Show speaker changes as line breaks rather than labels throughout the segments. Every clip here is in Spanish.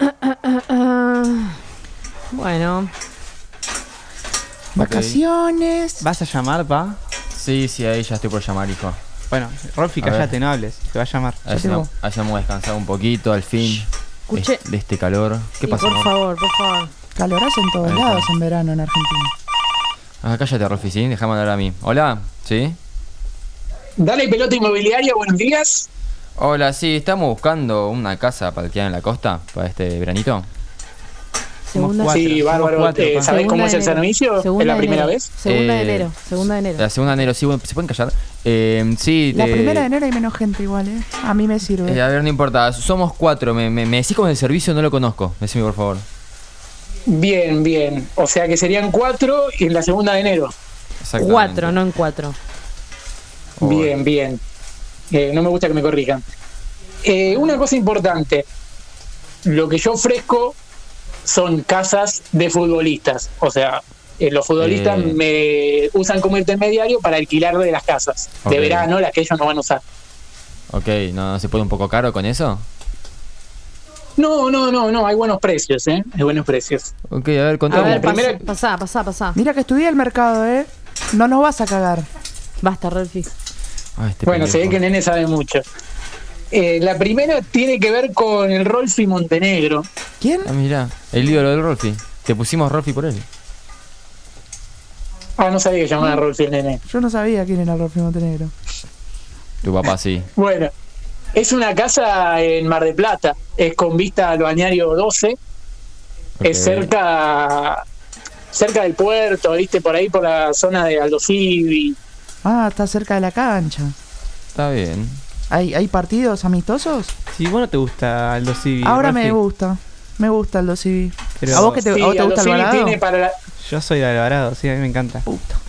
Ah, verano. Vacaciones.
¿Vas a llamar, pa?
Sí, sí, ahí ya estoy por llamar, hijo.
Bueno, Rolfi,
A ver.
callate, no hables. Te va a llamar.
Hayamos
tengo.
hayamos descansado un poquito, al fin.
Escuché.
De, de este calor.
Sí,
¿Qué pasa?
Por
amor?
favor, por favor.
Calorazo en todos
Ahí está.
lados en verano en Argentina.
Ah, cállate, Rolfi, sí. Déjame hablar a mí. Hola, ¿sí?
Dale pelota inmobiliaria, buenos días.
Hola, sí, estamos buscando una casa para alquilar en la costa para este veranito.
Segunda,
cuatro.
sí,
somos
bárbaro.
cuatro,
Eh,
pa.
¿Sabés
segunda
cómo
de
es el
enero.
servicio?
Segunda
¿Es la
de
primera
enero.
vez?
Segunda de
Eh,
enero. Segunda de enero.
La segunda de enero, sí, bueno, ¿se pueden callar? Eh, sí,
La
te-
primera de enero hay menos gente igual, ¿eh? A mí me sirve.
eh, a ver, no importa. Somos cuatro. Me, me, me decís cómo es el servicio, no lo conozco. Decime, por favor.
Bien, bien. O sea que serían cuatro y en la segunda de enero.
Exactamente.
Cuatro, no en cuatro.
Oh,
Bien, bien. Eh, no me gusta que me corrijan. Eh, una cosa importante. Lo que yo ofrezco son casas de futbolistas. O sea, eh, los futbolistas me usan como intermediario para alquilar de las casas.
Ok.
De verano, las que ellos no van a usar.
Ok, ¿no, no se puede un poco caro con eso?
No, no, no, no. Hay buenos precios, ¿eh? Hay buenos precios.
Ok, a ver,
A
contame.
ver,
la
pasá,
primera-
pasá, pasá, pasá.
Mira que estudié el mercado, ¿eh? No nos vas a cagar.
Basta, Rolfi.
Ah, este
Bueno, se ve
pendejo.
que el nene sabe mucho. Eh, la primera tiene que ver con el Rolfi Montenegro.
¿Quién?
Ah, mira, el ídolo del Rolfi. Te pusimos Rolfi por él.
Ah, no sabía que llamaba
Mm.
Rolfi el nene.
Yo no sabía quién era Rolfi Montenegro.
Tu papá sí.
Bueno, es una casa en Mar de Plata, es con vista al balneario 12, es
Ok.
cerca cerca del puerto, viste, por ahí por la zona de Aldo Civi.
Ah, está cerca de la cancha.
Está bien.
¿Hay, hay partidos amistosos?
Si vos no te gusta Aldo Civi.
Ahora
Rolfi,
me gusta. Me gusta el 2CV.
Pero-
¿A vos que te,
Sí,
a vos te
Aldo
gusta el
Civi
balado?
tiene para la-
Yo soy de Alvarado, sí, a mí me encanta.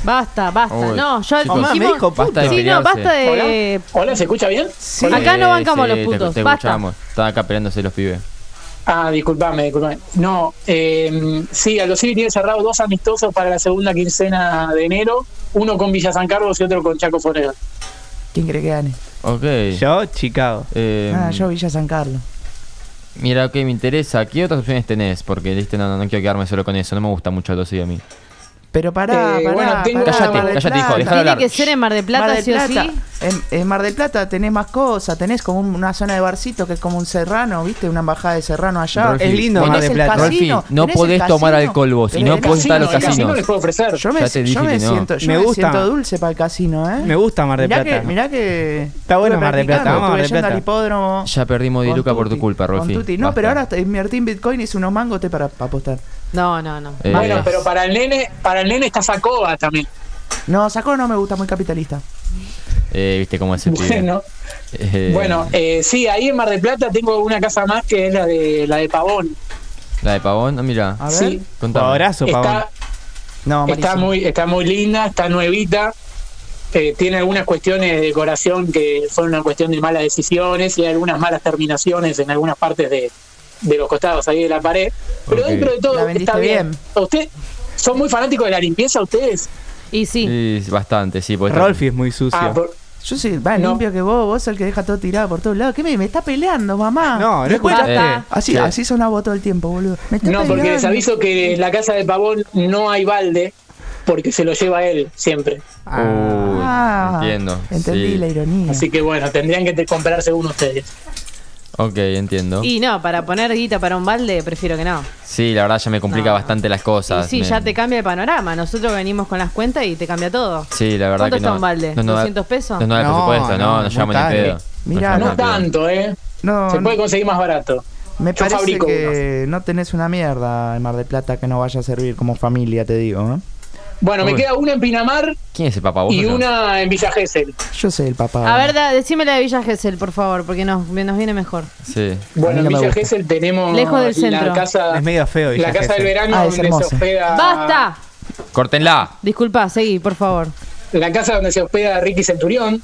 Basta, basta.
Uy,
no, ya
chicos,
Mamá, me
dijimos-
dijo puto.
Basta de
Sí, no,
pelearse.
basta
¿Hola?
de.
¿Hola? ¿Se escucha bien?
Sí.
Acá no
Eh,
bancamos
sí,
los
te-
putos,
Te,
basta.
escuchamos. Estaban acá peleándose los pibes.
Ah, disculpame, disculpame. No, eh, sí, Aldo Civi tiene cerrado dos amistosos para la segunda quincena de enero, uno con Villa San Carlos y otro con Chaco Forero.
¿Quién cree que gane?
Ok.
Yo, Chicago.
Eh,
Ah, yo Villa San Carlos.
Mira, ok, me interesa. ¿Qué otras opciones tenés? Porque, viste, no, no, no quiero quedarme solo con eso. No me gusta mucho el 2 a mí.
Pero pará,
Eh,
pará,
bueno, tengo-
pará,
Cállate,
Mar del
cállate, hijo,
Plata.
dejá- Déjalo
Tiene
hablar.
que ser en Mar de Plata,
Mar del
sí o
Plata.
sí.
En, en Mar del Plata tenés más cosas, tenés como un- una zona de barcito que es como un serrano, ¿viste? Una embajada de serrano allá.
Rolfi,
Es lindo
vos
Mar
no-
del
Tenés el casino,
Plata.
Rolfi, no
tenés el
podés
casino,
tomar alcohol vos, si
tenés
no
el
podés estar en los
el casino
casinos.
les puedo ofrecer.
Yo me,
Ya te
yo
dije
me
que no.
siento, yo
Me
me,
gusta.
siento dulce para el casino, ¿eh?
Me gusta Mar del
mirá
Plata.
Que, mirá que.
Está bueno
estuve
Mar del Plata,
practicando,
vamos a Mar
estuve
del
yendo al
Plata.
hipódromo.
Ya perdimos 10
con
lucas por tu
Tuti,
culpa,
con
Rolfi.
Tuti. No,
Basta.
pero ahora hasta invertí en Bitcoin y hice unos mangos te para, para apostar.
No, no, no.
Eh,
Bueno, pero para el nene, para el nene está Sacoba también.
No, sacó no me gusta, muy capitalista.
Eh, viste cómo es el pibe.
Bueno,
Eh,
bueno, eh, sí, ahí en Mar del Plata tengo una casa más que es la de la de Pavón.
La de Pavón, ah, mira.
A ver.
Sí,
Contame.
Abrazo, Pavón.
está,
No,
está
malísimo.
muy, está muy linda, está nuevita. eh, tiene algunas cuestiones de decoración que son una cuestión de malas decisiones y hay algunas malas terminaciones en algunas partes de, de los costados ahí de la pared. Pero
Ok.
dentro de
La
todo
vendiste
está bien.
bien.
¿Usted son muy fanáticos de la limpieza ustedes?
Y sí.
Sí, bastante, sí. porque está-
Rolfi es muy sucio.
Ah, por-
Yo soy más
No.
limpio que vos, vos sos el que deja todo tirado por todos lados. ¿Qué me, me está peleando, mamá?
No, no
¿Me
escuchaste.
Eh,
escuchas?
Basta.
Así,
Sí.
así sonaba vos todo el tiempo, boludo. Me está
No, porque
peleando.
les aviso que en la casa de Pavón no hay balde, porque se lo lleva él siempre.
Uy,
Ah,
entiendo.
Entendí
sí.
la ironía.
Así que bueno, tendrían que te- comprarse uno ustedes.
Ok, entiendo.
Y no, para poner guita para un balde, prefiero que no.
Sí, la verdad ya me complica
No.
bastante las cosas.
Y sí,
me-
ya te cambia el panorama. Nosotros venimos con las cuentas y te cambia todo.
Sí, la verdad
¿Cuánto
que no.
está un balde?
No, no, da-
¿200 pesos?
No, no, da el
No,
presupuesto, no, no,
no,
llamo
muy
ni
tarde.
pedo.
Mirá,
llamo
No
ni pedo.
tanto, ¿eh?
No,
Se
no,
puede conseguir más barato.
me
yo
parece
fabrico
que no tenés una mierda en Mar del Plata que no vaya a servir como familia, te digo. ¿eh?
Bueno, me
Uy.
queda una en Pinamar
¿Quién es el papá? ¿Vos
y
o yo?
una en Villa Gesell.
Yo soy el papá.
A ver, da- decime la de Villa Gesell, por favor, porque nos, nos viene mejor.
Sí.
Bueno,
A mí no
en
me
Villa
gusta.
Gesell tenemos
Lejos del
la
centro.
casa,
Es medio feo Villa
la casa
Gesell.
del verano
Ah, es
donde se
hermoso.
hospeda.
¡Basta!
¡Córtenla!
Disculpa, seguí, por favor.
La casa donde se hospeda Ricky Centurión,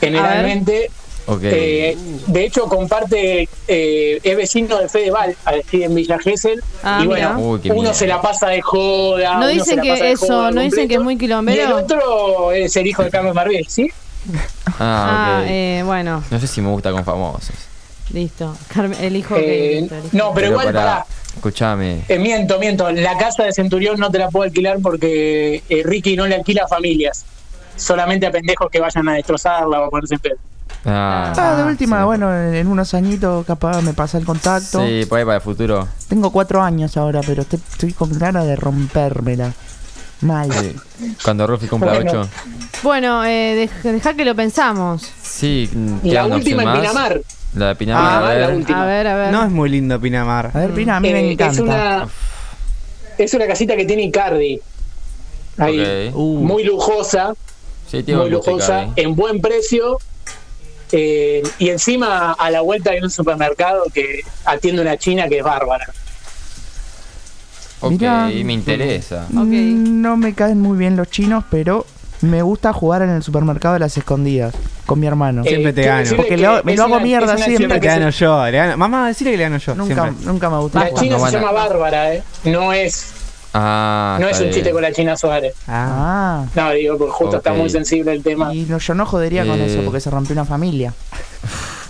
generalmente.
Ok.
Eh, de hecho, comparte, eh, es vecino de Fedeval, aquí en Villa Gesell.
Ah,
y bueno,
mirá. Uy, qué
uno
mierda.
se la pasa de joda.
No
uno
dicen
se la
que
pasa de
eso,
joda
no dicen
completo,
que es muy quilombero.
Y el otro es el hijo de Carmen Marvel, ¿sí?
Ah,
Ah,
ok.
eh, bueno,
No sé si me gusta con famosos.
listo. Carmen- el hijo
Eh,
que. listo, listo.
no, pero,
Pero
igual,
pará.
pará.
Escúchame.
Eh, miento, miento. La casa de Centurión no te la puedo alquilar porque eh, Ricky no le alquila a familias. Solamente a pendejos que vayan a destrozarla o a ponerse en pedo.
Ah,
Ah, de última,
sí.
bueno, en en unos añitos capaz me pasa el contacto.
Sí, por ahí para el futuro.
Tengo cuatro años ahora, pero te- estoy con ganas de rompérmela. Mal.
Sí. Cuando Rufi cumpla
Bueno.
8.
Bueno, eh, dej- dejá que lo pensamos.
Sí, ¿qué
La
onda,
última en
opción más?
Pinamar.
La de Pinamar,
Ah,
a
la
ver.
última.
A ver, a ver.
No es muy lindo Pinamar.
A ver, Pina, a mí
Eh,
me encanta.
es una es una casita que tiene Icardi. Ahí.
Ok.
Uh.
Muy lujosa,
Sí, tiene
muy
un botica
lujosa,
ahí.
en buen precio. eh, y encima a la vuelta hay un supermercado que atiende una china que es bárbara.
Ok,
Mirá.
me interesa.
Ok.
Mm, No me caen muy bien los chinos, pero me gusta jugar en el supermercado de las escondidas con mi hermano.
Eh, Siempre te
quiero
gano.
decirle
Porque
que
lo- me
es
lo hago
una-
mierda
es una
siempre.
china
Le
que se-
gano yo, le gano- Mamá, decirle que le gano yo.
nunca,
siempre.
nunca me gustó
La
jugar.
china
no
se
van a-
llama Bárbara, ¿eh? No es,
Ah,
no
está
es un
bien.
chiste con la China Suárez.
Ah,
Ah,
No, digo, porque justo está
Ok.
muy sensible el tema.
y no, yo no jodería con
Eh.
eso porque se rompió una familia.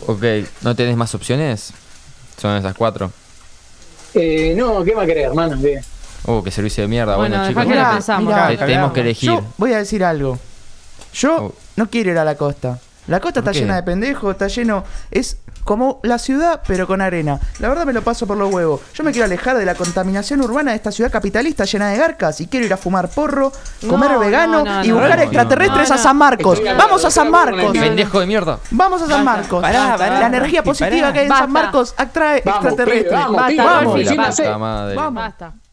Ok, ¿no tenés más opciones? Son esas cuatro.
Eh, no, ¿qué más querés, hermano? ¿Qué?
Oh, qué servicio de mierda. Bueno,
Bueno,
chicos,
dejá que lo
mirá,
pensamos.
mirá,
te- tenemos que elegir.
Yo voy a decir algo. Yo
Oh.
no quiero ir a la costa. La costa
¿Por
está
qué?
llena de pendejos, está lleno. Es como la ciudad, pero con arena. La verdad me lo paso por los huevos. Yo me quiero alejar de la contaminación urbana de esta ciudad capitalista llena de garcas. Y quiero ir a fumar porro, comer
No, no,
vegano
no,
y
no,
buscar
no,
extraterrestres
no,
a
no.
San Marcos.
Estoy de acuerdo,
Vamos a
estoy de
San
acuerdo con
Marcos.
el
Pendejo de mierda.
Vamos a
Basta.
San Marcos.
Pará,
la
pará, pará,
energía
pará.
positiva que hay en San
Basta.
Marcos atrae
Vamos,
extraterrestres.
pibe, vamos,
Basta,
pibe,
vamos,
vamos,
pibe,
oficina
basta.
C.
madre.
Vamos.
Basta.